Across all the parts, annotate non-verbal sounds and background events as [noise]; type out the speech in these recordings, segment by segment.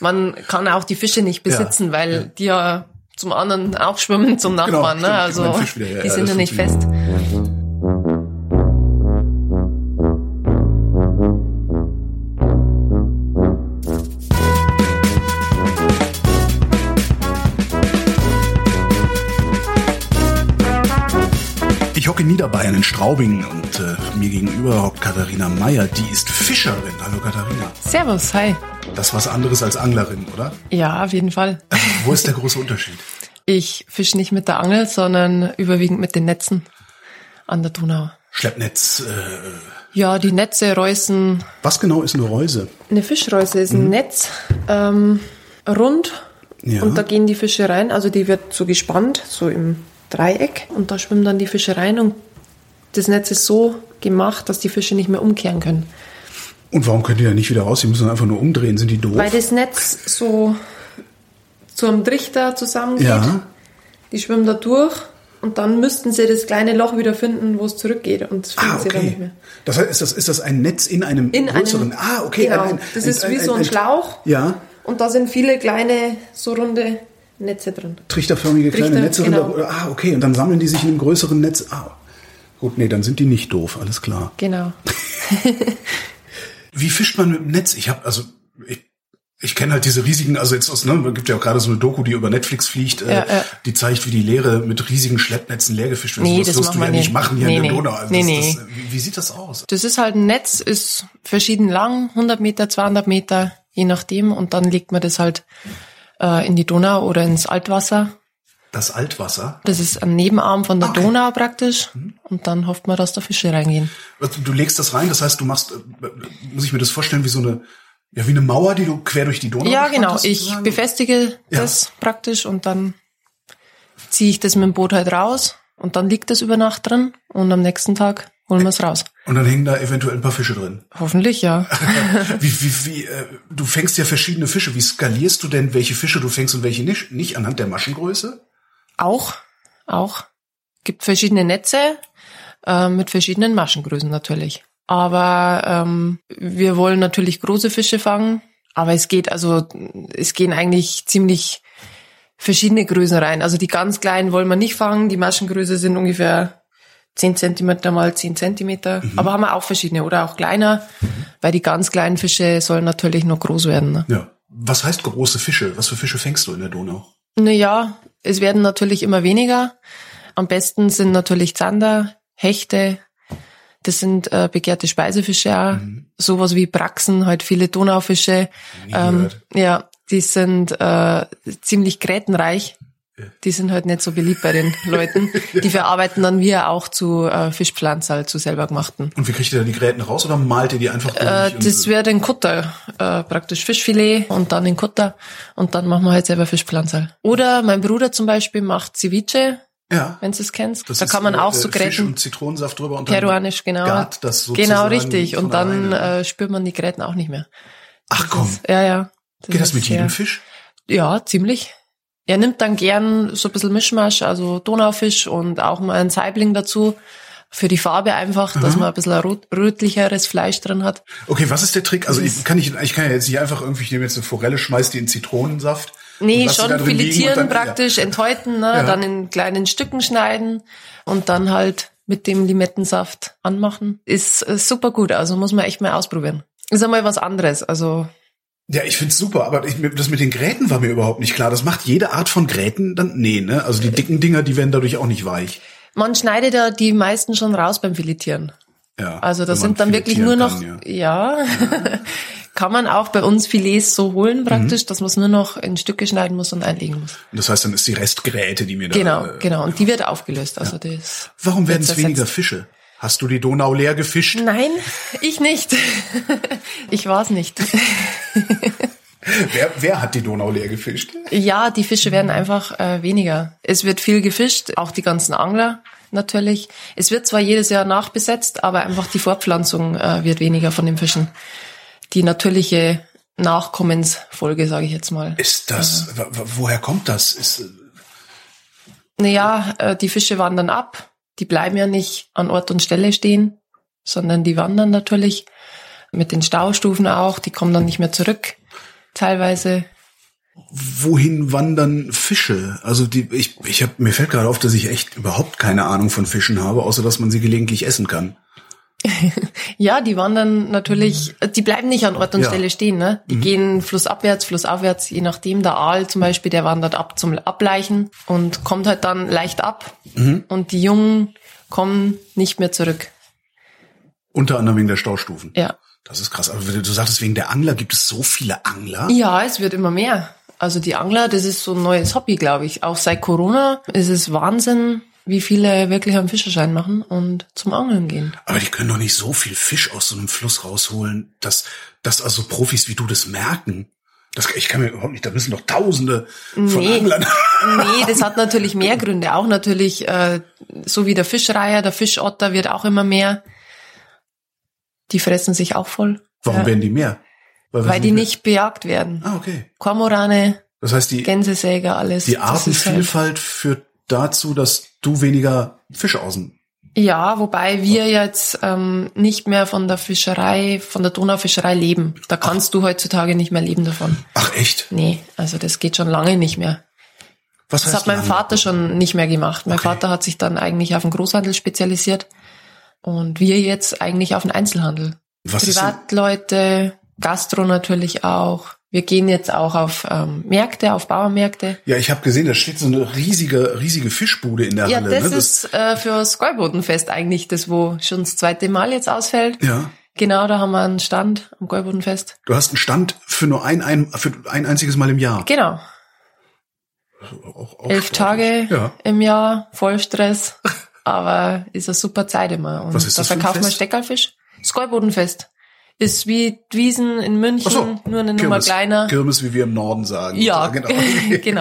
man kann auch die Fische nicht besitzen, weil die ja zum anderen auch schwimmen zum Nachbarn. Genau, ne? stimmt, die Also kommen den Fisch wieder her, die ja, sind das ja nicht stimmt. fest. Ich hocke in Niederbayern in Straubing und äh, mir gegenüber hockt Katharina Meyer, die ist Fischerin. Hallo Katharina. Servus, hi. Das ist was anderes als Anglerin, oder? [laughs] Ja, auf jeden Fall. Wo ist der große Unterschied? Ich fische nicht mit der Angel, sondern überwiegend mit den Netzen an der Donau. Schleppnetz. Äh, Ja, die Netze reißen. was genau ist eine Reuse? Eine Fischreuse ist ein Netz, ähm, rund. Mhm. Ja. Und da gehen die Fische rein. Also die wird so gespannt, so im Dreieck. Und da schwimmen dann die Fische rein. Und das Netz ist so gemacht, dass die Fische nicht mehr umkehren können. Und warum können die da nicht wieder raus? Die müssen einfach nur umdrehen. Sind die doof? Weil das Netz so zu einem Trichter zusammengeht. Ja. Die schwimmen da durch. Und dann müssten sie das kleine Loch wieder finden, wo es zurückgeht. Und das finden Ah, sie dann nicht okay. mehr. Das heißt, ist das, ist das ein Netz in einem In größeren? einem, ah, okay. Genau. ein- ein- das ein- ist wie so ein, Schlauch. Ja, Und da sind viele kleine, so runde Netze drin. trichterförmige kleine Trichter, Netze. genau. Genau. Ah, okay. Und dann sammeln die sich in einem größeren Netz. Ah, gut, nee, dann sind die nicht doof. Alles klar. Genau. Wie fischt man mit dem Netz? Ich habe also ich, ich kenne halt diese riesigen, also jetzt aus, ne, es gibt ja auch gerade so eine Doku, die über Netflix fliegt, Ja, äh, ja. die zeigt, wie die Leere mit riesigen Schleppnetzen leer gefischt wird. Nee, Sowas das wirst machen wir du ja nicht nicht. machen hier Nee, in der nee. Donau. Also Nee, das, nee. das, wie, wie sieht das aus? Das ist halt ein Netz, ist verschieden lang, 100 Meter, 200 Meter, je nachdem. Und dann legt man das halt äh, in die Donau oder ins Altwasser. Das Altwasser. Das ist ein Nebenarm von der Okay. Mhm. Donau praktisch. Und dann hofft man, dass da Fische reingehen. Also Du legst das rein, das heißt, du machst, äh, muss ich mir das vorstellen, wie so eine, ja, wie eine Mauer, die du quer durch die Donau ja, gespannt genau. hast, Ich sozusagen? befestige Ja. das praktisch und dann ziehe ich das mit dem Boot halt raus. Und dann liegt das über Nacht drin. Und am nächsten Tag holen wir es raus. Und dann hängen da eventuell ein paar Fische drin. Hoffentlich, ja. Wie, wie, wie, äh, du fängst ja verschiedene Fische. Wie skalierst du denn, welche Fische du fängst und welche nicht? Nicht anhand der Maschengröße? Auch, auch. Gibt verschiedene Netze äh, mit verschiedenen Maschengrößen natürlich. Aber ähm, wir wollen natürlich große Fische fangen. Aber es geht also, es gehen eigentlich ziemlich verschiedene Größen rein. Also die ganz kleinen wollen wir nicht fangen. Die Maschengröße sind ungefähr 10 Zentimeter mal 10 Zentimeter. Aber haben wir auch verschiedene oder auch kleiner. Weil die ganz kleinen Fische sollen natürlich nur groß werden. Ne? Ja. Was heißt große Fische? Was für Fische fängst du in der Donau? Naja, es werden natürlich immer weniger. Am besten sind natürlich Zander, Hechte. Das sind äh, begehrte Speisefische auch. Sowas wie Braxen, halt viele Donaufische. Mhm. Nie Ähm, gehört. ja, die sind äh, ziemlich grätenreich. Ja. Die sind halt nicht so beliebt bei den [laughs] Leuten. Die verarbeiten dann wir auch zu äh, Fischpflanze, halt zu selber gemachten. Und wie kriegt ihr da die Gräten raus oder malt ihr die einfach Äh, durch? und- das wäre den Kutter, äh, praktisch Fischfilet und dann den Kutter und dann machen wir halt selber Fischpflanzerl. Oder mein Bruder zum Beispiel macht Ceviche, ja. wenn du es kennst. Das da ist, kann man äh, auch so Fisch Gräten, und Zitronensaft drüber und dann peruanisch, genau. gart das sozusagen genau, richtig. von Und dann alleine. äh, spürt man die Gräten auch nicht mehr. Ach komm, Ja, ja. geht das ist mit jedem sehr- Fisch? Ja, ziemlich. Er nimmt dann gern so ein bisschen Mischmasch, also Donaufisch und auch mal einen Saibling dazu. Für die Farbe einfach, Mhm. dass man ein bisschen ein rot, rötlicheres Fleisch drin hat. Okay, was ist der Trick? Also ich kann, ich, ich kann ja jetzt nicht einfach irgendwie, ich nehme jetzt eine Forelle, schmeiß die in Zitronensaft. und Nee, lass sie schon da drin liegen und filetieren dann- praktisch, enthäuten, ne? Ja. dann in kleinen Stücken schneiden und dann halt mit dem Limettensaft anmachen. Ist äh, super gut, also muss man echt mal ausprobieren. Ist einmal was anderes, also Ja, ich find's super, aber ich, mir- das mit den Gräten war mir überhaupt nicht klar. Das macht jede Art von Gräten dann, nee, ne? Also Äh, die dicken Dinger, die werden dadurch auch nicht weich. man schneidet ja die meisten schon raus beim Filetieren. Ja, Also wenn das man sind dann wirklich nur filetieren noch, kann, ja. ja, [laughs] kann man auch bei uns Filets so holen praktisch, Mhm. dass man es nur noch in Stücke schneiden muss und einlegen muss. Und Das heißt, dann ist die Restgräte, die mir da. Genau, äh, genau. Und die wird aufgelöst, also das. Warum werden wird es zersetzt. weniger Fische? Hast du die Donau leer gefischt? Nein, ich nicht. [laughs] Ich war's nicht. Wer, wer hat die Donau leer gefischt? Ja, die Fische werden einfach äh, weniger. Es wird viel gefischt, auch die ganzen Angler natürlich. Es wird zwar jedes Jahr nachbesetzt, aber einfach die Fortpflanzung äh, wird weniger von den Fischen. Die natürliche Nachkommensfolge, sage ich jetzt mal. Ist das, wa- wa- woher kommt das? Ist, äh, Naja, äh, die Fische wandern ab. Die bleiben ja nicht an Ort und Stelle stehen, sondern die wandern natürlich mit den Staustufen auch. Die kommen dann nicht mehr zurück, teilweise. wohin wandern Fische? Also die, ich, ich hab, mir fällt gerade auf, dass ich echt überhaupt keine Ahnung von Fischen habe, außer dass man sie gelegentlich essen kann. ja, die wandern natürlich, äh, die bleiben nicht an Ort und Ja. Stelle stehen, ne? Die gehen flussabwärts, flussaufwärts, je nachdem. Der Aal zum Beispiel, der wandert ab zum Ableichen und kommt halt dann leicht ab. Und die Jungen kommen nicht mehr zurück. Unter anderem wegen der Staustufen. Ja. Das ist krass. Aber du sagtest, wegen der Angler gibt es so viele Angler. Ja, es wird immer mehr. Also die Angler, das ist so ein neues Hobby, glaube ich. Auch seit Corona ist es Wahnsinn, wie viele wirklich einen Fischerschein machen und zum Angeln gehen. Aber die können doch nicht so viel Fisch aus so einem Fluss rausholen, dass, dass also Profis wie du das merken. Das, ich kann mir überhaupt nicht, da müssen doch Tausende von Nee. Anglern. Nee, das hat natürlich mehr Gründe. Auch natürlich, äh, so wie der Fischreiher, der Fischotter wird auch immer mehr. Die fressen sich auch voll. Warum ja, werden die mehr? wir weil sind die nicht bejagt werden. Ah, okay. Kormorane, Das heißt, die, Gänsesäger, alles. die das ist halt- Artenvielfalt führt dazu, dass du weniger Fische aus dem Ja, wobei wir jetzt ähm, nicht mehr von der Fischerei, von der Donaufischerei leben. Da kannst du heutzutage nicht mehr leben davon. Ach echt? Nee, also das geht schon lange nicht mehr. Was Das heißt hat mein lange? Vater schon nicht mehr gemacht. Mein Okay. Vater hat sich dann eigentlich auf den Großhandel spezialisiert und wir jetzt eigentlich auf den Einzelhandel. Was ist denn, Privatleute, Gastro natürlich auch. Wir gehen jetzt auch auf ähm, Märkte, auf Bauernmärkte. ja, ich habe gesehen, da steht so eine riesige, riesige Fischbude in der Ja, Halle. das ne? ist äh, fürs Gäubodenfest eigentlich das, wo schon das zweite Mal jetzt ausfällt. ja. Genau, da haben wir einen Stand am Gäubodenfest. Du hast einen Stand für nur ein, ein, für ein einziges Mal im Jahr. Genau. Auch- auch Elf sportlich. Tage Ja. im Jahr, [laughs] Vollstress, aber ist eine super Zeit immer. Und Was ist da das für ein verkaufen wir Fest? Steckerfisch. Skeubodenfest. Ist wie Wiesen in München, Ach so, nur eine Nummer Kirmes. kleiner. Kirmes, wie wir im Norden sagen. ja, genau. [laughs] genau.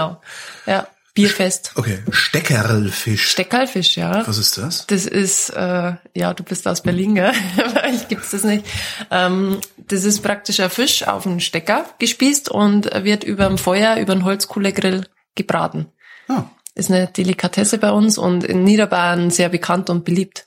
Ja, Bierfest. [laughs] Okay, Steckerlfisch. Steckerlfisch, ja. Was ist das? Das ist, äh, ja, du bist aus Berlin, gell? [laughs] ich gibt's das nicht. Ähm, das ist praktisch ein Fisch auf den Stecker gespießt und wird über dem Feuer, über den Holzkohlegrill gebraten. Ah, Ist eine Delikatesse bei uns und in Niederbayern sehr bekannt und beliebt.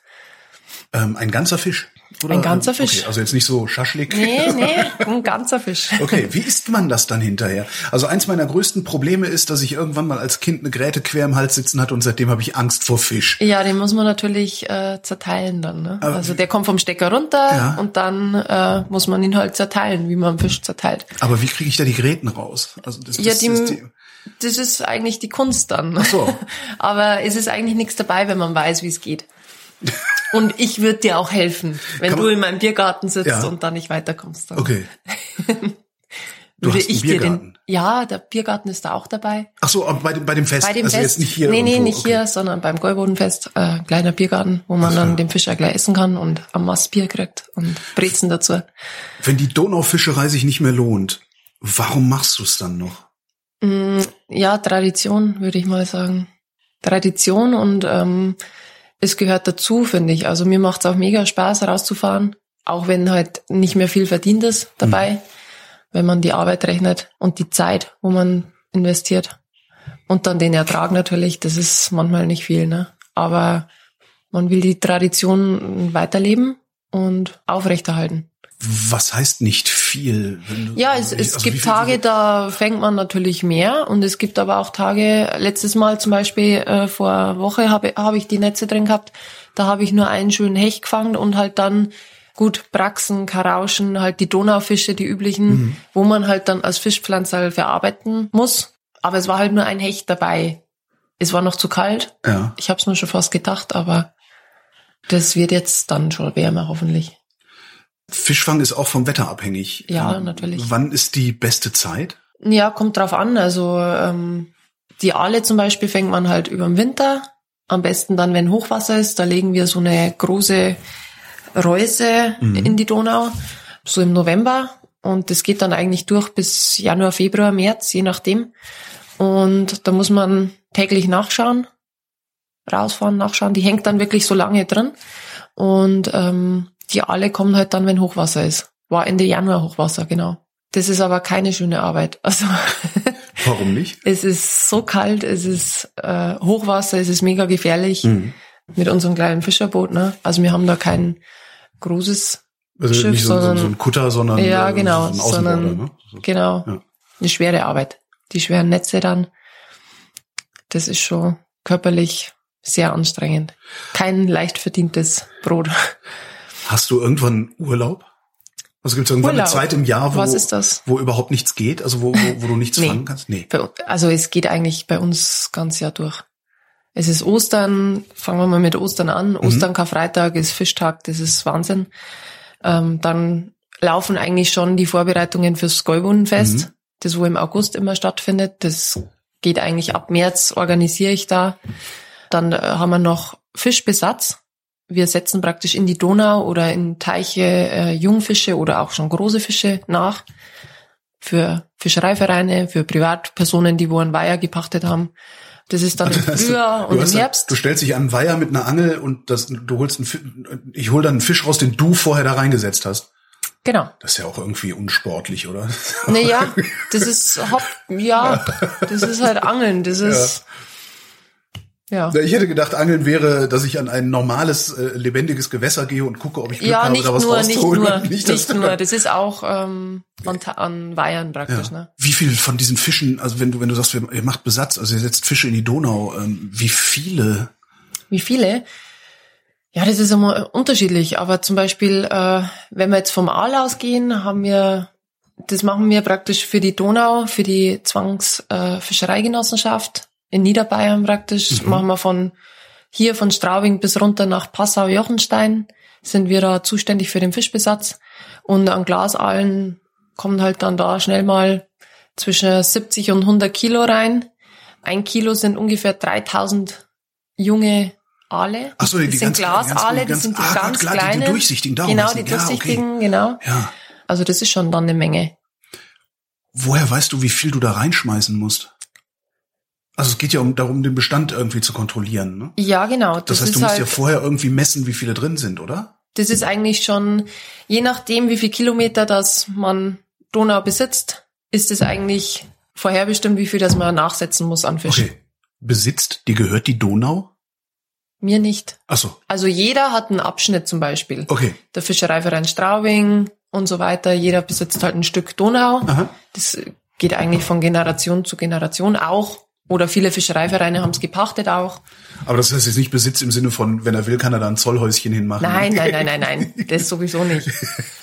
ähm, ein ganzer Fisch. Oder? Ein ganzer Ähm, okay, Fisch. Also jetzt nicht so Schaschlik. Nee, nee, [laughs] ein ganzer Fisch. [laughs] Okay, wie isst man das dann hinterher? Also eins meiner größten Probleme ist, dass ich irgendwann mal als Kind eine Gräte quer im Hals sitzen hatte und seitdem habe ich Angst vor Fisch. Ja, den muss man natürlich äh, zerteilen dann. Ne? Aber Also wie- der kommt vom Stecker runter Ja. und dann äh, muss man ihn halt zerteilen, wie man Fisch zerteilt. Aber wie kriege ich da die Gräten raus? Also das, Ja, das die- ist die, Das ist eigentlich die Kunst dann. so. [laughs] Aber es ist eigentlich nichts dabei, wenn man weiß, wie es geht. Und ich würde dir auch helfen, wenn Kann du man- in meinem Biergarten sitzt Ja. und dann nicht weiterkommst. Dann okay. Du würde hast einen ich dir den. Biergarten. Ja, der Biergarten ist da auch dabei. Ach so, aber bei dem, bei dem Fest. Bei dem also Fest. jetzt nicht hier. nee, nee, irgendwo. nicht okay. hier, sondern beim Gäubodenfest, äh, kleiner Biergarten, wo man dann den Fisch auch gleich essen kann und am Mast Bier kriegt und Brezen dazu. Wenn die Donaufischerei sich nicht mehr lohnt, warum machst du es dann noch? Mm, Ja, Tradition, würde ich mal sagen. Tradition und ähm, es gehört dazu, finde ich. Also mir macht's auch mega Spaß, rauszufahren, auch wenn halt nicht mehr viel verdient ist dabei, wenn man die Arbeit rechnet und die Zeit, wo man investiert. Und dann den Ertrag natürlich, das ist manchmal nicht viel, ne? Aber man will die Tradition weiterleben und aufrechterhalten. Was heißt nicht viel? Wenn du- Ja, es, ich- es also wie gibt viel- Tage, da fängt man natürlich mehr und es gibt aber auch Tage, letztes Mal zum Beispiel äh, vor einer Woche habe habe ich die Netze drin gehabt, da habe ich nur einen schönen Hecht gefangen und halt dann gut Braxen, Karauschen, halt die Donaufische, die üblichen, Mhm. wo man halt dann als Fischpflanze halt verarbeiten muss. Aber es war halt nur ein Hecht dabei. Es war noch zu kalt, Ja. ich habe es mir schon fast gedacht, aber das wird jetzt dann schon wärmer hoffentlich. Fischfang ist auch vom Wetter abhängig. Ja, Ähm, natürlich. Wann ist die beste Zeit? Ja, kommt drauf an. Also ähm, die Aale zum Beispiel fängt man halt über den Winter. Am besten dann, wenn Hochwasser ist, da legen wir so eine große Reuse in die Donau, so im November. Und das geht dann eigentlich durch bis Januar, Februar, März, je nachdem. Und da muss man täglich nachschauen, rausfahren, nachschauen. Die hängt dann wirklich so lange drin. Und ähm, die Aale kommen halt dann, wenn Hochwasser ist. War Ende Januar Hochwasser, genau. Das ist aber keine schöne Arbeit. [laughs] Also Warum nicht? es ist so kalt, es ist äh, Hochwasser, es ist mega gefährlich Mhm. mit unserem kleinen Fischerboot. Ne? Also wir haben da kein großes, Also Schiff, nicht so, so, so sondern- ein Kutter, sondern Ja, äh, genau, so ein Außenborder, sondern- ne? So- genau, Ja. eine schwere Arbeit. die schweren Netze dann. Das ist schon körperlich sehr anstrengend. Kein leicht verdientes Brot. Hast du irgendwann Urlaub? Also gibt es irgendwann Urlaub. eine Zeit im Jahr, wo, Was ist das? wo überhaupt nichts geht? Also wo, wo, wo du [laughs] nichts Nee. fangen kannst? Nee. Bei- Also es geht eigentlich bei uns ganz Jahr durch. Es ist Ostern, fangen wir mal mit Ostern an. Ostern, Karfreitag ist Fischtag, das ist Wahnsinn. Ähm, dann laufen eigentlich schon die Vorbereitungen fürs Skeubunnenfest, Mhm. das wo im August immer stattfindet. Das geht eigentlich ab März, organisiere ich da. Dann äh, haben wir noch Fischbesatz. Wir setzen praktisch in die Donau oder in Teiche äh, Jungfische oder auch schon große Fische nach für Fischereivereine, für Privatpersonen, die wo einen Weiher gepachtet haben. Das ist [laughs] dann im Frühjahr und hast halt im da- Herbst. Also, du stellst dich an einen Weiher mit einer Angel und das, du holst einen, Fi- ich hol dann einen Fisch raus, den du vorher da reingesetzt hast. Genau. Das ist ja auch irgendwie unsportlich, oder? [laughs] Naja, das ist Hop, ja, das ist halt Angeln. Das ist ja. Ja, Ich hätte gedacht, Angeln wäre, dass ich an ein normales, äh, lebendiges Gewässer gehe und gucke, ob ich Glück Ja, habe, nicht da was nur, nicht rauszuholen. nur, [laughs] und nicht, dass- nur. Das ist auch ähm, an, Ta- an Weihern praktisch, ne? Wie viel von diesen Fischen, also wenn du, wenn du sagst, wir- ihr macht Besatz, also ihr setzt Fische in die Donau, ähm, wie viele? Wie viele? Ja, das ist immer unterschiedlich. Aber zum Beispiel, äh, wenn wir jetzt vom Aal ausgehen, haben wir, das machen wir praktisch für die Donau, für die Zwangsfischereigenossenschaft äh, Fischereigenossenschaft in Niederbayern praktisch. Mhm. Machen wir von hier von Straubing bis runter nach Passau-Jochenstein sind wir da zuständig für den Fischbesatz. Und an Glasaalen kommen halt dann da schnell mal zwischen 70 und 100 Kilo rein. Ein Kilo sind ungefähr 3000 junge Aale. Ach so, das sind ganz- Glasaale, ganz- das sind die ah, Gott, ganz klar, kleinen. Die, die durchsichtigen, darum genau, heißen die Ja, durchsichtigen, genau. Okay. Ja. Also das ist schon dann eine Menge. Woher weißt du, wie viel du da reinschmeißen musst? Also es geht ja um, darum, den Bestand irgendwie zu kontrollieren. Ne? Ja, genau. Das, heißt, ist du musst halt, ja vorher irgendwie messen, wie viele drin sind, oder? das ist eigentlich schon, je nachdem, wie viel Kilometer das man Donau besitzt, ist es eigentlich vorherbestimmt, wie viel das man nachsetzen muss an Fisch. Okay. Besitzt, dir gehört die Donau? Mir nicht. Ach so, Also jeder hat einen Abschnitt zum Beispiel. okay. Der Fischereiverein Straubing und so weiter. Jeder besitzt halt ein Stück Donau. Aha. Das geht eigentlich von Generation zu Generation auch. Oder viele Fischereivereine haben es gepachtet auch. Aber das heißt jetzt nicht Besitz im Sinne von, wenn er will, kann er da ein Zollhäuschen hinmachen. Nein, nein, nein, nein, nein. Das sowieso nicht.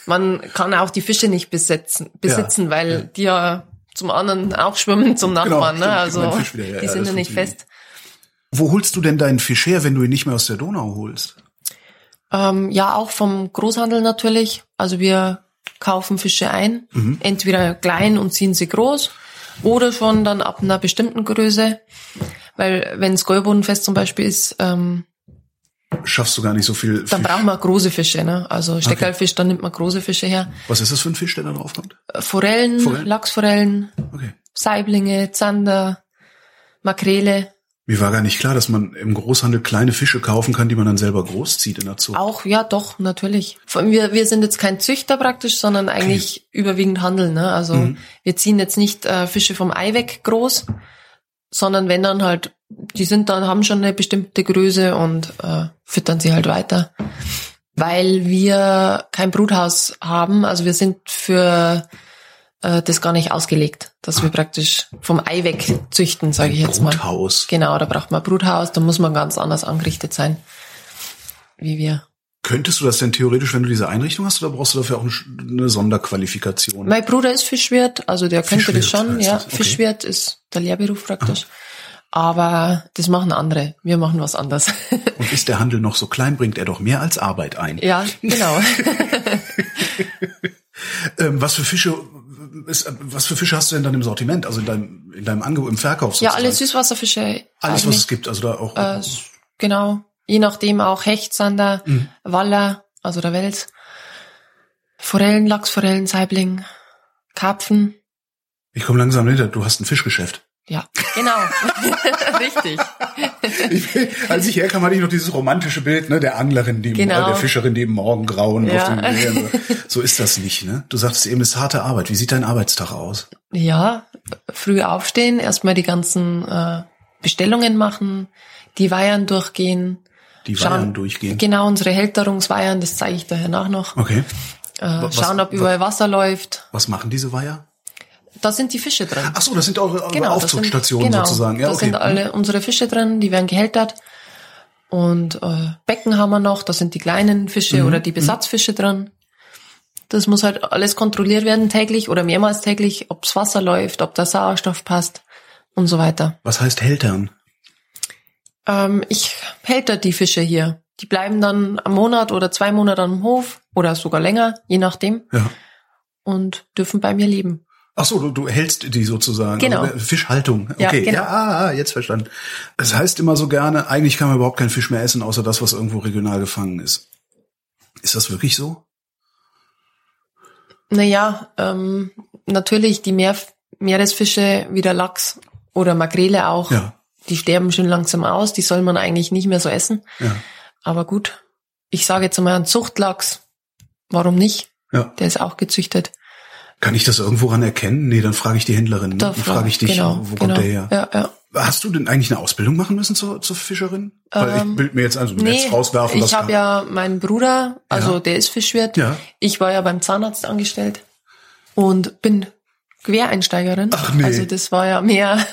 Man kann auch die Fische nicht besitzen, besitzen weil die ja zum anderen auch schwimmen zum Nachbarn. Genau, stimmt, ne? die Also kommen Fisch wieder her, die ja, sind das ja nicht funktioniert. fest. Wo holst du denn deinen Fisch her, wenn du ihn nicht mehr aus der Donau holst? Ähm, ja, auch vom Großhandel natürlich. Also wir kaufen Fische ein, Mhm. entweder klein und ziehen sie groß oder schon dann ab einer bestimmten Größe. Weil wenn Skeubodenfest zum Beispiel ist, ähm, Schaffst du gar nicht so viel dann Fisch. brauchen wir große Fische. Ne? Also Steckerlfisch, dann nimmt man große Fische her. Was ist das für ein Fisch, der da draufkommt? Äh, Forellen, Forellen? Lachsforellen, Okay. Saiblinge, Zander, Makrele. Mir war gar nicht klar, dass man im Großhandel kleine Fische kaufen kann, die man dann selber großzieht in der Zucht. Auch, ja, doch, natürlich. Vor allem wir, wir sind jetzt kein Züchter praktisch, sondern eigentlich überwiegend Handel. Ne? Also wir ziehen jetzt nicht äh, Fische vom Ei weg groß, sondern wenn dann halt, die sind dann, haben schon eine bestimmte Größe und äh, füttern sie halt weiter. Weil wir kein Bruthaus haben, also wir sind für äh, das gar nicht ausgelegt, dass wir praktisch vom Ei weg züchten, sage ich jetzt mal. Bruthaus. Genau, da braucht man ein Bruthaus, da muss man ganz anders angerichtet sein, wie wir. Könntest du das denn theoretisch, wenn du diese Einrichtung hast, oder brauchst du dafür auch ein- eine Sonderqualifikation? Mein Bruder ist Fischwirt, also der könnte Fischwirt das schon, heißt ja. das, okay. Ah. Fischwirt ist der Lehrberuf praktisch. Aber das machen andere. Wir machen was anderes. Und ist der Handel noch so klein, bringt er doch mehr als Arbeit ein. [laughs] ja, [laughs] genau. Ähm, was für Fische, äh, ist, äh, was für Fische hast du denn dann im Sortiment, also in deinem, in deinem Angebot, im Verkauf ja, sozusagen? alle Süßwasserfische. Alles, was es eigentlich. gibt, also da auch. Äh, s- genau. Je nachdem auch Hechtsander, Mhm. Waller, also der Wels, Forellen, Lachsforellen, Saibling, Karpfen. ich komme langsam hinter, du hast ein Fischgeschäft. [laughs] Ja, genau. [laughs] Richtig. Ich, als ich herkam, hatte ich noch dieses romantische Bild, ne, der Anglerin, die Genau. äh, der Fischerin, die im Morgen grauen Ja. auf dem [laughs] Meer. So ist das nicht, ne? Du sagtest eben, es ist harte Arbeit. Wie sieht dein Arbeitstag aus? Ja, früh aufstehen, erstmal die ganzen äh, Bestellungen machen, die Weihern durchgehen. Die Schauen- Weihern durchgehen. Genau, unsere Hälterungsweihern, das zeige ich dir danach noch. Okay. Äh, was- schauen, ob überall Wasser läuft. Was machen diese Weiher? Da sind die Fische drin. Ach so, das sind eure, eure Aufzuchtstationen das sind, genau, Ah, sozusagen. Ja, da okay. Mhm. sind alle unsere Fische drin, die werden gehältert. Und äh, Becken haben wir noch, da sind die kleinen Fische Mhm, oder die Besatzfische drin. Das muss halt alles kontrolliert werden täglich oder mehrmals täglich, ob's Wasser läuft, ob der Sauerstoff passt und so weiter. Was heißt Hältern? Ähm, ich hälter die Fische hier. Die bleiben dann einen Monat oder zwei Monate am Hof oder sogar länger, je nachdem, Ja. und dürfen bei mir leben. Ach so, du, du hältst die sozusagen. Genau. Also, äh, Fischhaltung. Okay. Ja, Ja, genau. ah, ah, jetzt verstanden. Es heißt immer so gerne, eigentlich kann man überhaupt keinen Fisch mehr essen, außer das, was irgendwo regional gefangen ist. Ist das wirklich so? Naja, ähm, natürlich die Meer Meeresfische wie der Lachs oder Makrele auch, Ja. die sterben schon langsam aus, die soll man eigentlich nicht mehr so essen. Ja. Aber gut, ich sage jetzt mal einen Zuchtlachs, warum nicht? Ja. Der ist auch gezüchtet. Kann ich das irgendwo ran erkennen? Nee, dann frage ich die Händlerin. ne? Da dann frage ich dich, genau, wo genau. kommt der her? Ja, ja. Hast du denn eigentlich eine Ausbildung machen müssen zur, zur Fischerin? Weil Ähm, ich bild mir jetzt also Nee, Netz rauswerfen. das ich habe kann- ja meinen Bruder, also Ja. der ist Fischwirt. Ja. Ich war ja beim Zahnarzt angestellt und bin Quereinsteigerin. Ach, nee. Also das war ja mehr,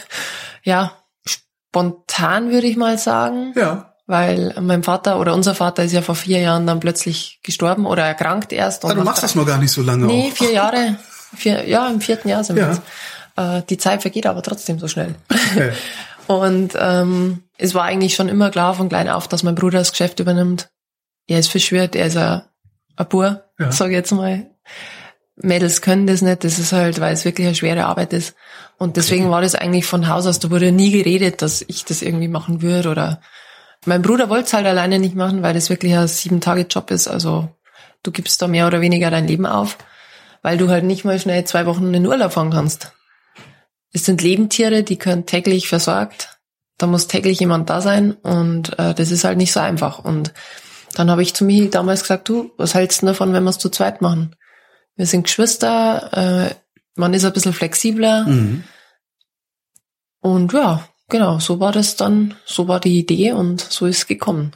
ja, spontan würde ich mal sagen, Ja. weil mein Vater oder unser Vater ist ja vor vier Jahren dann plötzlich gestorben oder erkrankt erst. Ah, du nach machst drei- das noch gar nicht so lange. Nee, auch. vier Jahre. Vier, ja, im vierten Jahr sind wir Ja. jetzt. Äh, die Zeit vergeht aber trotzdem so schnell. Okay. [laughs] Und ähm, es war eigentlich schon immer klar von klein auf, dass mein Bruder das Geschäft übernimmt. Er ist Fischwirt, er ist ein, ein Bur, Ja. sag ich jetzt mal. Mädels können das nicht, das ist halt, weil es wirklich eine schwere Arbeit ist. Und deswegen war das eigentlich von Haus aus, da wurde nie geredet, dass ich das irgendwie machen würde oder mein Bruder wollte es halt alleine nicht machen, weil das wirklich ein Sieben-Tage-Job ist. Also du gibst da mehr oder weniger dein Leben auf, weil du halt nicht mal schnell zwei Wochen in den Urlaub fahren kannst. Es sind Lebendtiere, die können täglich versorgt. Da muss täglich jemand da sein und äh, das ist halt nicht so einfach. Und dann habe ich zu Michi damals gesagt, du, was hältst du davon, wenn wir es zu zweit machen? Wir sind Geschwister, äh, man ist ein bisschen flexibler. Mhm. Und ja, genau, so war das dann, so war die Idee und so ist es gekommen.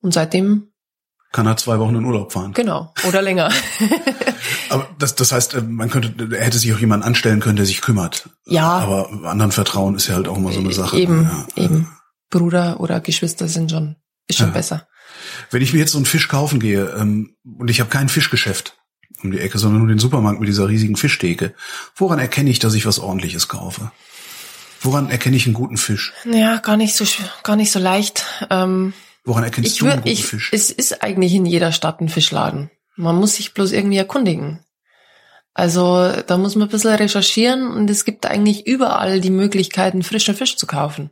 Und seitdem, Kann er zwei Wochen in Urlaub fahren. genau, oder länger. Aber das, das heißt, äh, man könnte, er hätte sich auch jemanden anstellen können, der sich kümmert. Ja. E- Aber anderen Vertrauen ist ja halt auch immer so eine Sache. Eben, Ja. eben. Bruder oder Geschwister sind schon, ist schon Ja. besser. Wenn ich mir jetzt so einen Fisch kaufen gehe ähm, und ich habe kein Fischgeschäft um die Ecke, sondern nur den Supermarkt mit dieser riesigen Fischtheke, woran erkenne ich, dass ich was Ordentliches kaufe? Woran erkenne ich einen guten Fisch? Ja, gar nicht so, schw- gar nicht so leicht. Ähm, Woran erkennst ich du einen würde, guten ich, Fisch? es ist eigentlich in jeder Stadt ein Fischladen. Man muss sich bloß irgendwie erkundigen. Also, da muss man ein bisschen recherchieren und es gibt eigentlich überall die Möglichkeiten, frischen Fisch zu kaufen.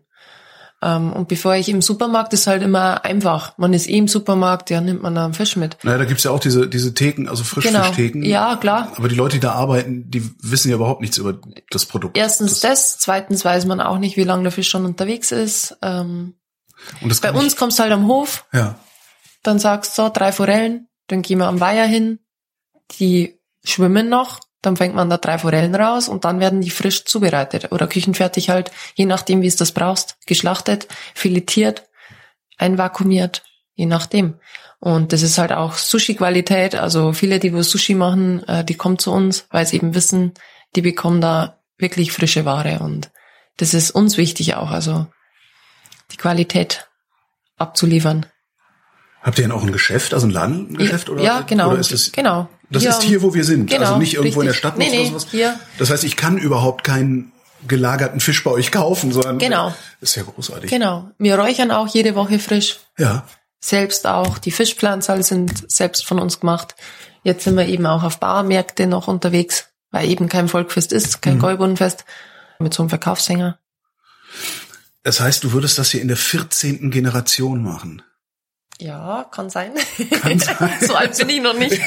Ähm, und bevor ich im Supermarkt, ist halt immer einfach. Man ist eh im Supermarkt, ja, nimmt man da einen Fisch mit. Genau. Naja, da gibt's ja auch diese, diese Theken, also Frischfischtheken. Ja, klar. Aber die Leute, die da arbeiten, die wissen ja überhaupt nichts über das Produkt. Erstens das, zweitens weiß man auch nicht, wie lange der Fisch schon unterwegs ist. Ähm, Und das bei kann uns kommst du halt am Hof, Ich, ja. dann sagst so, drei Forellen, dann gehen wir am Weiher hin, die schwimmen noch, dann fängt man da drei Forellen raus und dann werden die frisch zubereitet oder küchenfertig halt, je nachdem, wie es das brauchst, geschlachtet, filetiert, einvakuumiert, je nachdem. Und das ist halt auch Sushi-Qualität, also viele, die wo Sushi machen, äh, die kommen zu uns, weil sie eben wissen, die bekommen da wirklich frische Ware und das ist uns wichtig auch, also die Qualität abzuliefern. Habt ihr denn auch ein Geschäft, also ein Ladengeschäft? Ja, oder, ja, genau. Oder ist das, genau. Das Hier ist hier, wo wir sind. Genau, also nicht irgendwo in der richtig. Stadt Nee, nee, oder sowas. hier. Das heißt, ich kann überhaupt keinen gelagerten Fisch bei euch kaufen, sondern Genau. ist ja großartig. Genau. Wir räuchern auch jede Woche frisch. Ja. Selbst auch. Die Fischpflanzerl sind selbst von uns gemacht. Jetzt sind wir eben auch auf Bauernmärkte noch unterwegs, weil eben kein Volkfest ist, kein mhm. Mit so einem Verkaufshänger. Das heißt, du würdest das hier in der 14. Generation machen. Ja, kann sein. [laughs] Kann sein. so alt bin ich noch [laughs] nicht.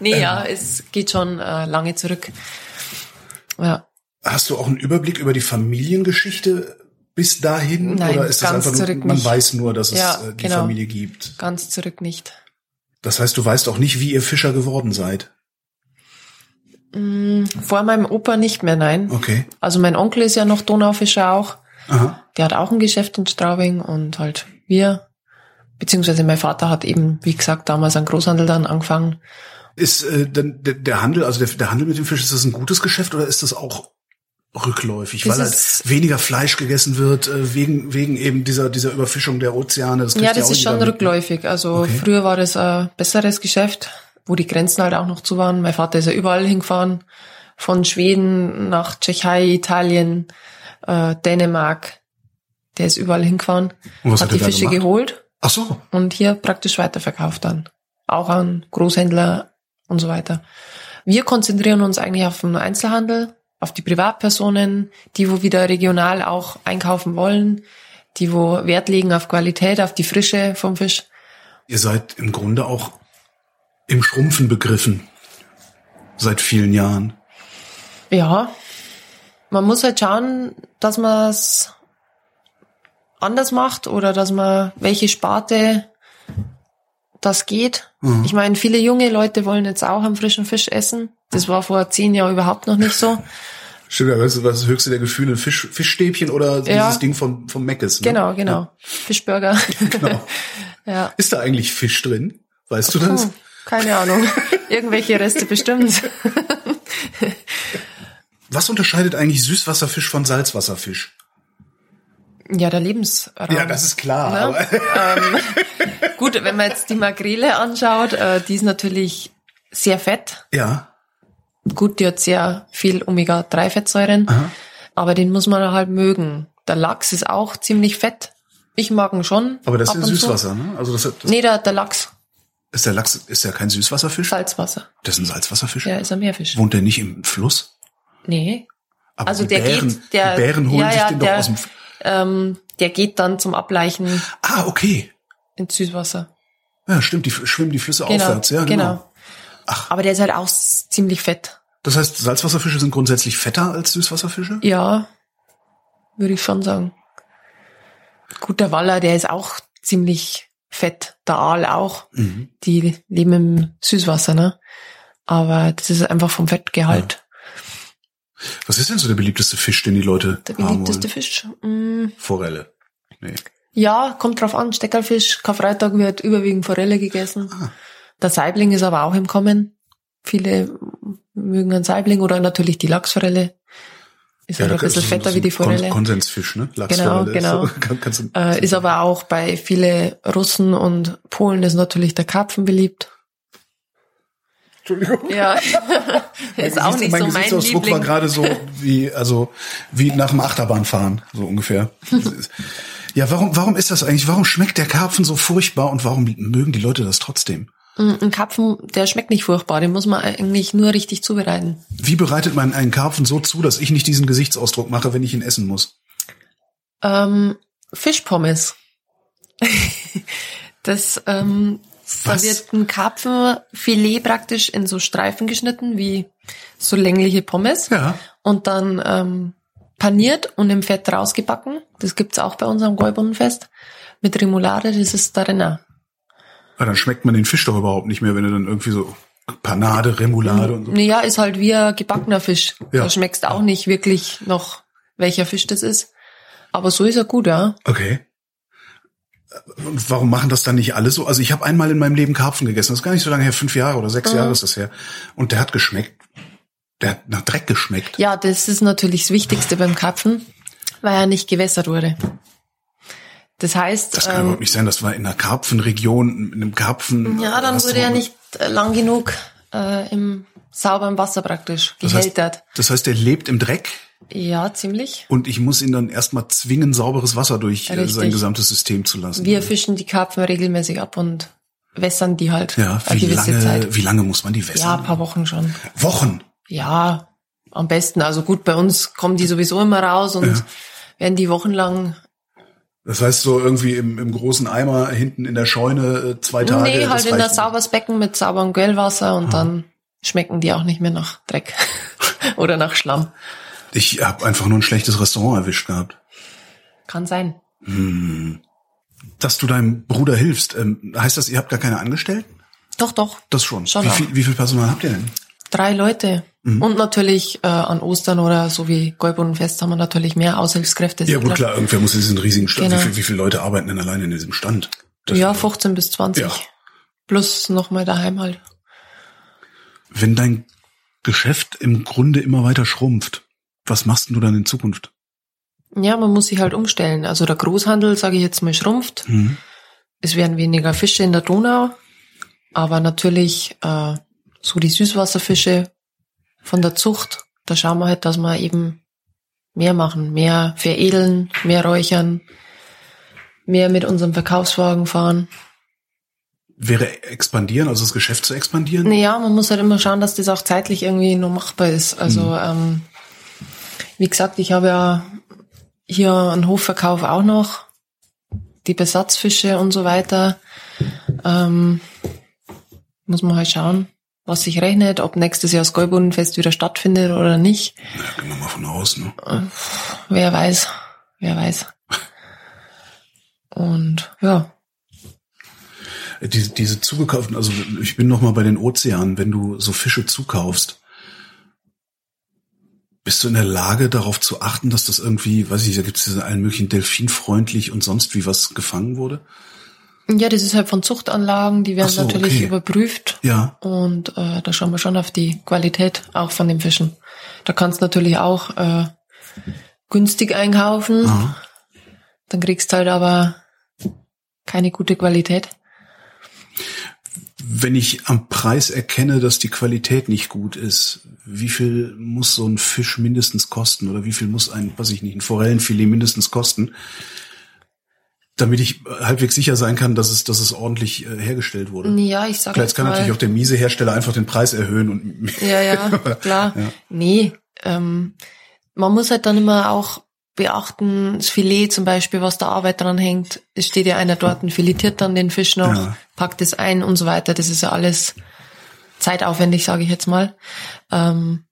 nee, ja, es geht schon äh, lange zurück. Ja, Hast du auch einen Überblick über die Familiengeschichte bis dahin? Nein, oder ist das ganz einfach nur, zurück man nicht. weiß nur, dass es Ja, äh, die genau. Familie gibt? ganz zurück nicht. Das heißt, du weißt auch nicht, wie ihr Fischer geworden seid. Mm, Vor meinem Opa nicht mehr, nein. Okay. Also mein Onkel ist ja noch Donaufischer auch. Aha. Der hat auch ein Geschäft in Straubing und halt wir, beziehungsweise mein Vater hat eben, wie gesagt, damals einen Großhandel dann angefangen Ist äh, dann der, der Handel, also der, der Handel mit dem Fisch, ist das ein gutes Geschäft oder ist das auch rückläufig, Es weil halt ist- weniger Fleisch gegessen wird äh, wegen wegen eben dieser dieser Überfischung der Ozeane. Das kriegt Ja, das auch ist jeder schon mit. rückläufig. Also Okay. früher war das ein besseres Geschäft, wo die Grenzen halt auch noch zu waren. Mein Vater ist ja überall hingefahren, von Schweden nach Tschechei, Italien, äh, Dänemark. Der ist überall hingefahren, Und was hat hat er die da Fische gemacht? geholt Ach so, und hier praktisch weiterverkauft dann. Auch an Großhändler und so weiter. Wir konzentrieren uns eigentlich auf den Einzelhandel, auf die Privatpersonen, die wo wieder regional auch einkaufen wollen, die wo Wert legen auf Qualität, auf die Frische vom Fisch. ihr seid im Grunde auch im Schrumpfen begriffen seit vielen Jahren. Ja, man muss halt schauen, dass man es anders macht oder dass man welche Sparte das geht. Mhm. Ich meine, viele junge Leute wollen jetzt auch einen frischen Fisch essen. Das war vor zehn Jahren überhaupt noch nicht so. Stimmt, was ist das höchste der Gefühle? Fisch, Fischstäbchen oder Ja. dieses Ding vom, vom Meckes? Ne? Genau, genau. Fischburger. [laughs] genau. [laughs] ja. Ist da eigentlich Fisch drin? Weißt du das? Hm, keine Ahnung. [laughs] Irgendwelche Reste bestimmt. Was unterscheidet eigentlich Süßwasserfisch von Salzwasserfisch? Ja, der Lebensraum. Ja, das ist klar. Ne? Ähm, Aber Gut, wenn man jetzt die Makrele anschaut, äh, die ist natürlich sehr fett. ja, Gut, die hat sehr viel Omega-3-Fettsäuren, Aha. aber den muss man halt mögen. Der Lachs ist auch ziemlich fett. Ich mag ihn schon. aber das ab ist und zu. Süßwasser, ne? Also das, das Nee, der, der Lachs, ist der Lachs ist ja kein Süßwasserfisch. Salzwasser. Das ist ein Salzwasserfisch. Ja, ist ein Meerfisch. Wohnt der nicht im Fluss? Nee. Aber Also die der Bären, geht, der, die Bären holen ja, sich ja, den der, doch aus dem. F ähm, der geht dann zum Ableichen ah, okay. ins Süßwasser. Ja, stimmt. Die f- schwimmen die Flüsse Genau, aufwärts. Ja, genau. genau. Aber der ist halt auch s- ziemlich fett. Das heißt, Salzwasserfische sind grundsätzlich fetter als Süßwasserfische. Ja, würde ich schon sagen. Gut, der Waller, der ist auch ziemlich fett. Der Aal auch. Mhm. die leben im Süßwasser, ne? Aber das ist einfach vom Fettgehalt. Was ist denn so der beliebteste Fisch, den die Leute Der haben beliebteste wollen? Fisch. mm, Forelle. Nee. Ja, kommt drauf an. Steckerfisch, Karfreitag wird überwiegend Forelle gegessen. Ah. Der Saibling ist aber auch im Kommen. Viele mögen einen Saibling oder natürlich die Lachsforelle. Ist halt ein da- bisschen so- fetter so wie die ein Kon- Forelle. Konsensfisch, ne? Lachsforelle. Genau, So, [laughs] kann, kannst du, Äh, ist aber auch bei viele Russen und Polen ist natürlich der Karpfen beliebt. Entschuldigung. Ja, [laughs] ist auch Gesichts- nicht so mein Gesichtsausdruck war Liebling. gerade so wie, also, wie nach dem Achterbahnfahren, so ungefähr. ja, warum, warum ist das eigentlich? Warum schmeckt der Karpfen so furchtbar und warum mögen die Leute das trotzdem? Mm, Ein Karpfen, der schmeckt nicht furchtbar, den muss man eigentlich nur richtig zubereiten. Wie bereitet man einen Karpfen so zu, dass ich nicht diesen Gesichtsausdruck mache, wenn ich ihn essen muss? Ähm, Fischpommes. [laughs] das ähm, da Was? wird ein Karpfenfilet praktisch in so Streifen geschnitten, wie so längliche Pommes. Ja. Und dann ähm, paniert und im Fett rausgebacken. Das gibt's auch bei uns am Gäubundenfest. Mit Remoulade, das ist Darena. ja dann schmeckt man den Fisch doch überhaupt nicht mehr, wenn er dann irgendwie so Panade, Remoulade und so. Naja, ist halt wie ein gebackener Fisch. Ja. Da schmeckst auch nicht wirklich noch, welcher Fisch das ist. Aber so ist er gut, ja. Okay. Äh, Und warum machen das dann nicht alle so? Also ich habe einmal in meinem Leben Karpfen gegessen. Das ist gar nicht so lange her, fünf Jahre oder sechs Mhm. Jahre ist das her. Und der hat geschmeckt. Der hat nach Dreck geschmeckt. Ja, das ist natürlich das Wichtigste beim Karpfen, weil er nicht gewässert wurde. Das heißt, Das kann ähm, überhaupt nicht sein. Das war in einer Karpfenregion, in einem Karpfen. ja, dann hast du wurde er wohl- nicht äh, lang genug äh, im sauberen Wasser praktisch Das heißt- gehältert. Das heißt, der lebt im Dreck Ja, ziemlich. und ich muss ihn dann erstmal zwingen, sauberes Wasser durch äh, Richtig. sein gesamtes System zu lassen. Wir fischen die Karpfen regelmäßig ab und wässern die halt ja, eine wie gewisse lange, Zeit. wie lange muss man die Ja, wässern? ein paar Wochen schon. Wochen. Ja, am besten. Also gut, bei uns kommen die sowieso immer raus und werden die wochenlang Das heißt, so irgendwie im, im großen Eimer hinten in der Scheune äh, zwei Tage. nee, das halt in reicht das nicht. sauberes Becken mit sauberem Quellwasser und dann schmecken die auch nicht mehr nach Dreck [laughs] oder nach Schlamm. Ich habe einfach nur ein schlechtes Restaurant erwischt gehabt. Kann sein. Dass du deinem Bruder hilfst, ähm, heißt das, ihr habt gar keine Angestellten? Doch, doch. Das schon. Schon wie, auch. viel, wie viel Personal habt ihr denn? Drei Leute. Mhm. Und natürlich äh, an Ostern oder so wie Golbundenfest haben wir natürlich mehr Aushilfskräfte. ist Ja gut, klar, irgendwer muss in diesen riesigen Stand. Genau. Wie, viel, wie viele Leute arbeiten denn alleine in diesem Stand? Das- Ja, 15 bis 20. Ja. Plus nochmal daheim halt. Wenn dein Geschäft im Grunde immer weiter schrumpft, was machst denn du dann in Zukunft? Ja, man muss sich halt umstellen. Also der Großhandel, sage ich jetzt mal, schrumpft. Mhm. Es werden weniger Fische in der Donau, aber natürlich äh, so die Süßwasserfische von der Zucht, da schauen wir halt, dass wir eben mehr machen, mehr veredeln, mehr räuchern, mehr mit unserem Verkaufswagen fahren. Wäre expandieren, also das Geschäft zu expandieren? Naja, man muss halt immer schauen, dass das auch zeitlich irgendwie nur machbar ist. Also Mhm. ähm, wie gesagt, ich habe ja hier einen Hofverkauf auch noch, die Besatzfische und so weiter. Ähm, muss man halt schauen, was sich rechnet, ob nächstes Jahr das Gäubundenfest wieder stattfindet oder nicht. Äh, Ja, gehen wir mal von aus. Ne? Wer weiß, wer weiß. Und ja, Diese, diese zugekauften, also ich bin noch mal bei den Ozeanen, wenn du so Fische zukaufst, bist du in der Lage, darauf zu achten, dass das irgendwie, weiß ich nicht, da gibt es diesen allen möglichen delfinfreundlich und sonst wie was gefangen wurde? ja, das ist halt von Zuchtanlagen, die werden Ach so, natürlich okay. überprüft. Ja. Und äh, da schauen wir schon auf die Qualität auch von den Fischen. Da kannst du natürlich auch äh, günstig einkaufen, Aha. dann kriegst du halt aber keine gute Qualität. Wenn ich am Preis erkenne, dass die Qualität nicht gut ist, wie viel muss so ein Fisch mindestens kosten oder wie viel muss ein, weiß ich nicht, ein Forellenfilet mindestens kosten, damit ich halbwegs sicher sein kann, dass es, dass es ordentlich äh, hergestellt wurde? Ja, ich sag Vielleicht jetzt kann mal, natürlich auch der miese Hersteller einfach den Preis erhöhen und [laughs] Ja, [laughs] ja, klar. Ja. Nee, ähm, man muss halt dann immer auch beachten, das Filet zum Beispiel, was da Arbeit dran hängt, es steht ja einer dort und filetiert dann den Fisch noch, Ja. packt es ein und so weiter. Das ist ja alles zeitaufwendig, sage ich jetzt mal. Ähm,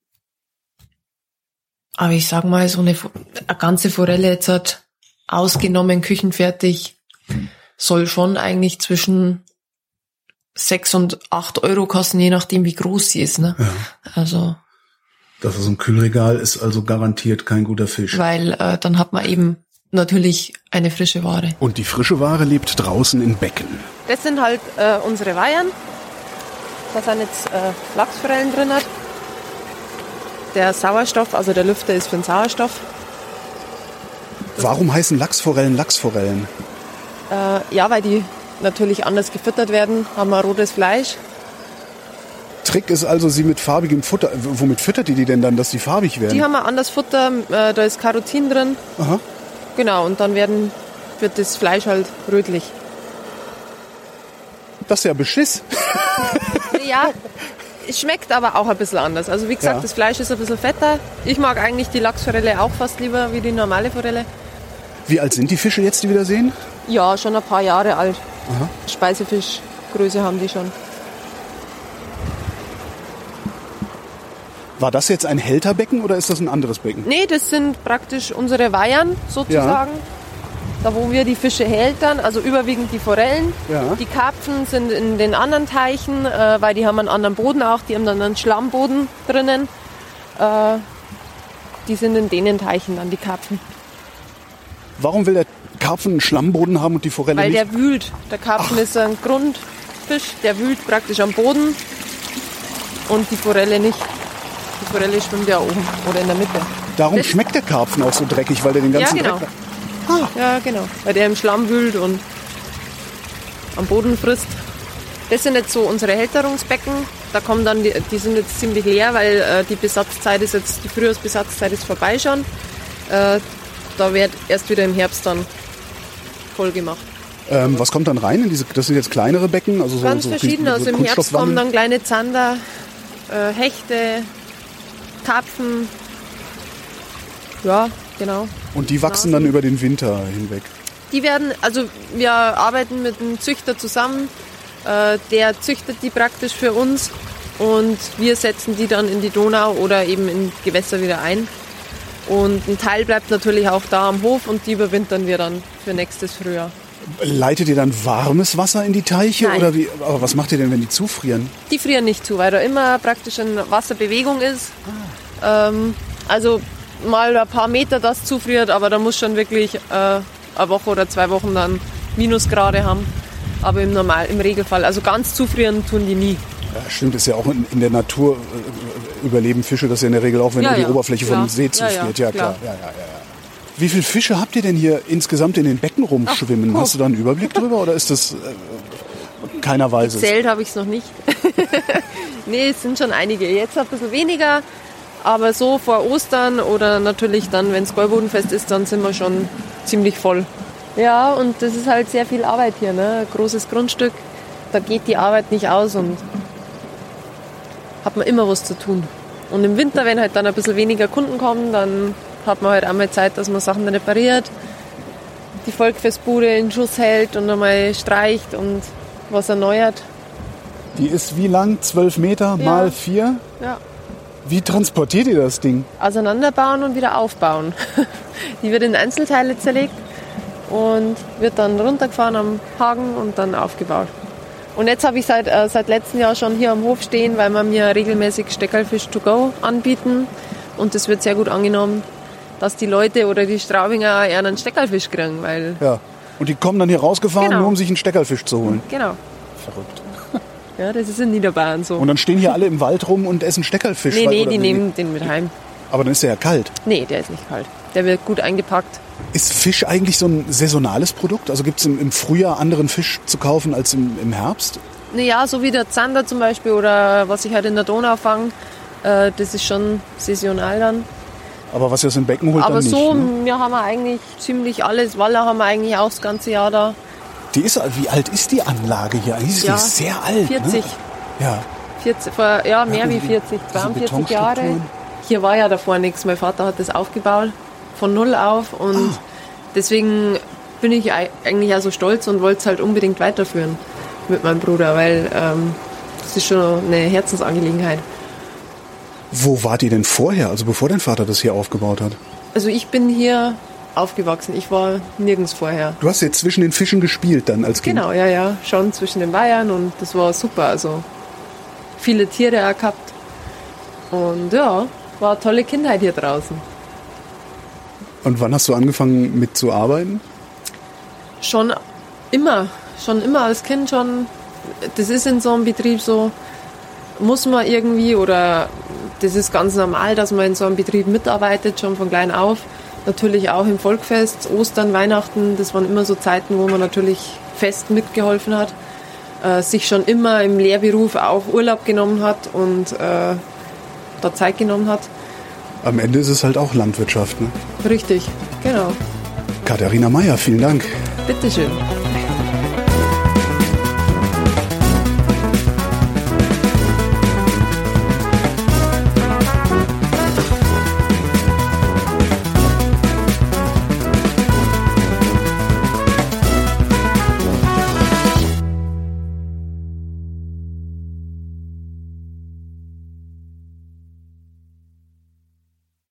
aber ich sag mal, so eine, Fo- eine ganze Forelle jetzt hat ausgenommen küchenfertig, soll schon eigentlich zwischen sechs und acht Euro kosten, je nachdem wie groß sie ist. Ne? ja. Also, das ist ein Kühlregal, ist also garantiert kein guter Fisch. weil äh, dann hat man eben natürlich eine frische Ware. Und die frische Ware lebt draußen in Becken. Das sind halt äh, unsere Weihern. Da sind jetzt äh, Lachsforellen drin. Der Sauerstoff, also der Lüfter ist für den Sauerstoff. Warum heißen Lachsforellen Lachsforellen? Äh, ja, weil die natürlich anders gefüttert werden, haben wir rotes Fleisch. Trick ist also, sie mit farbigem Futter. W- Womit füttert ihr die denn dann, dass die farbig werden? Die haben ein anderes Futter, äh, da ist Carotin drin. Aha. Genau, und dann werden, wird das Fleisch halt rötlich. Das ist ja Beschiss. [laughs] Ja, es schmeckt aber auch ein bisschen anders. Also wie gesagt, Ja. das Fleisch ist ein bisschen fetter. Ich mag eigentlich die Lachsforelle auch fast lieber wie die normale Forelle. Wie alt sind die Fische jetzt, die wir da sehen? Ja, schon ein paar Jahre alt. Speisefischgröße haben die schon. War das jetzt ein Hälterbecken oder ist das ein anderes Becken? Nee, das sind praktisch unsere Weihern sozusagen. Da, wo wir die Fische hältern, also überwiegend die Forellen. Ja. Die Karpfen sind in den anderen Teichen, äh, weil die haben einen anderen Boden auch. Die haben dann einen Schlammboden drinnen. Äh, die sind in denen Teichen dann, die Karpfen. Warum will der Karpfen einen Schlammboden haben und die Forelle Weil nicht? der wühlt. Der Karpfen ist ein Grundfisch, der wühlt praktisch am Boden. Und die Forelle nicht. Die Forelle schwimmt ja oben oder in der Mitte. Darum schmeckt der Karpfen auch so dreckig, weil der den ganzen ja, genau. Dreck... Ja, genau. Weil der im Schlamm wühlt und am Boden frisst. Das sind jetzt so unsere Hälterungsbecken. Da kommen dann, die, die sind jetzt ziemlich leer, weil äh, die Besatzzeit ist jetzt, die Frühjahrsbesatzzeit ist vorbei schon. Äh, da wird erst wieder im Herbst dann voll gemacht. Ähm, was kommt dann rein? In diese, das sind jetzt kleinere Becken? Also so, Ganz so verschieden. so Also im Herbst Kunststoffwammeln? kommen dann kleine Zander, äh, Hechte, Karpfen. Ja, genau. Und die wachsen dann über den Winter hinweg. Die werden, also wir arbeiten mit einem Züchter zusammen, äh, der züchtet die praktisch für uns und wir setzen die dann in die Donau oder eben in Gewässer wieder ein. Und ein Teil bleibt natürlich auch da am Hof und die überwintern wir dann für nächstes Frühjahr. Leitet ihr dann warmes Wasser in die Teiche? Nein. Oder wie, aber was macht ihr denn, wenn die zufrieren? Die frieren nicht zu, weil da immer praktisch eine Wasserbewegung ist. Ähm, also mal ein paar Meter das zufriert, aber da muss schon wirklich äh, eine Woche oder zwei Wochen dann Minusgrade haben. Aber im, Normal, im Regelfall, also ganz zufrieren tun die nie. Ja, stimmt, ist ja auch in, in der Natur äh, überleben Fische das ja in der Regel auch, wenn Ja, nur die ja, Oberfläche klar. vom See Ja, ja, zufriert. Ja, klar. Ja, klar. ja, ja, ja. Wie viele Fische habt ihr denn hier insgesamt in den Becken rumschwimmen? Hast du da einen Überblick drüber oder ist das äh, keiner weiß es? Zählt habe ich es noch nicht. [laughs] nee, es sind schon einige. Jetzt ein bisschen weniger, aber so vor Ostern oder natürlich dann, wenn es Gäubodenfest ist, dann sind wir schon ziemlich voll. Ja, und das ist halt sehr viel Arbeit hier. Ne? Großes Grundstück, da geht die Arbeit nicht aus und hat man immer was zu tun. Und im Winter, wenn halt dann ein bisschen weniger Kunden kommen, dann hat man halt einmal Zeit, dass man Sachen repariert, die Volkfestbude in Schuss hält und einmal streicht und was erneuert. Die ist wie lang? Zwölf Meter mal vier? Ja. Wie transportiert ihr das Ding? Auseinanderbauen und wieder aufbauen. [laughs] Die wird in Einzelteile zerlegt und wird dann runtergefahren am Haken und dann aufgebaut. Und jetzt habe ich seit, äh, seit letztem Jahr schon hier am Hof stehen, weil wir mir regelmäßig Steckerlfisch to go anbieten. Und das wird sehr gut angenommen, dass die Leute oder die Straubinger eher einen Steckerlfisch kriegen, weil, Ja. Und die kommen dann hier rausgefahren, Genau. nur um sich einen Steckerlfisch zu holen. genau, Verrückt. ja, das ist in Niederbayern so. Und dann stehen hier alle im Wald rum und essen Steckerlfisch. nee, weil- nee, oder die wie? nehmen den mit heim. Aber dann ist der ja kalt. Nee, der ist nicht kalt. Der wird gut eingepackt. Ist Fisch eigentlich so ein saisonales Produkt? Also gibt es im, im Frühjahr anderen Fisch zu kaufen als im, im Herbst? Naja, so wie der Zander zum Beispiel oder was ich halt in der Donau fange, äh, das ist schon saisonal dann. Aber was ihr aus dem Becken holt, Aber dann nicht. so, ne? m, ja, haben wir eigentlich ziemlich alles. Waller haben wir eigentlich auch das ganze Jahr da. Die ist, wie alt ist die Anlage hier? Die ist Ja, nicht sehr alt. Ne? 40, Ja. 40 vor, ja, mehr diese- wie 40, diese 42 Jahre. Betonstrukturen. Hier war ja davor nichts. Mein Vater hat das aufgebaut, von Null auf. Und Ah. deswegen bin ich ei- eigentlich auch so stolz und wollte es halt unbedingt weiterführen mit meinem Bruder, weil ähm, das ist schon eine Herzensangelegenheit. Wo wart ihr denn vorher, also bevor dein Vater das hier aufgebaut hat? Also ich bin hier aufgewachsen. Ich war nirgends vorher. Du hast jetzt zwischen den Fischen gespielt dann als Kind. Genau, ja, ja. Schon zwischen den Bayern und das war super. Also viele Tiere auch gehabt. Und ja, war eine tolle Kindheit hier draußen. Und wann hast du angefangen mit zu arbeiten? Schon immer, schon immer als Kind schon. Das ist in so einem Betrieb so, muss man irgendwie oder das ist ganz normal, dass man in so einem Betrieb mitarbeitet, schon von klein auf. Natürlich auch im Volkfest, Ostern, Weihnachten, das waren immer so Zeiten, wo man natürlich fest mitgeholfen hat, äh, sich schon immer im Lehrberuf auch Urlaub genommen hat und äh, da Zeit genommen hat. Am Ende ist es halt auch Landwirtschaft. Ne? Richtig, genau. Katharina Meyer, vielen Dank. Bitteschön.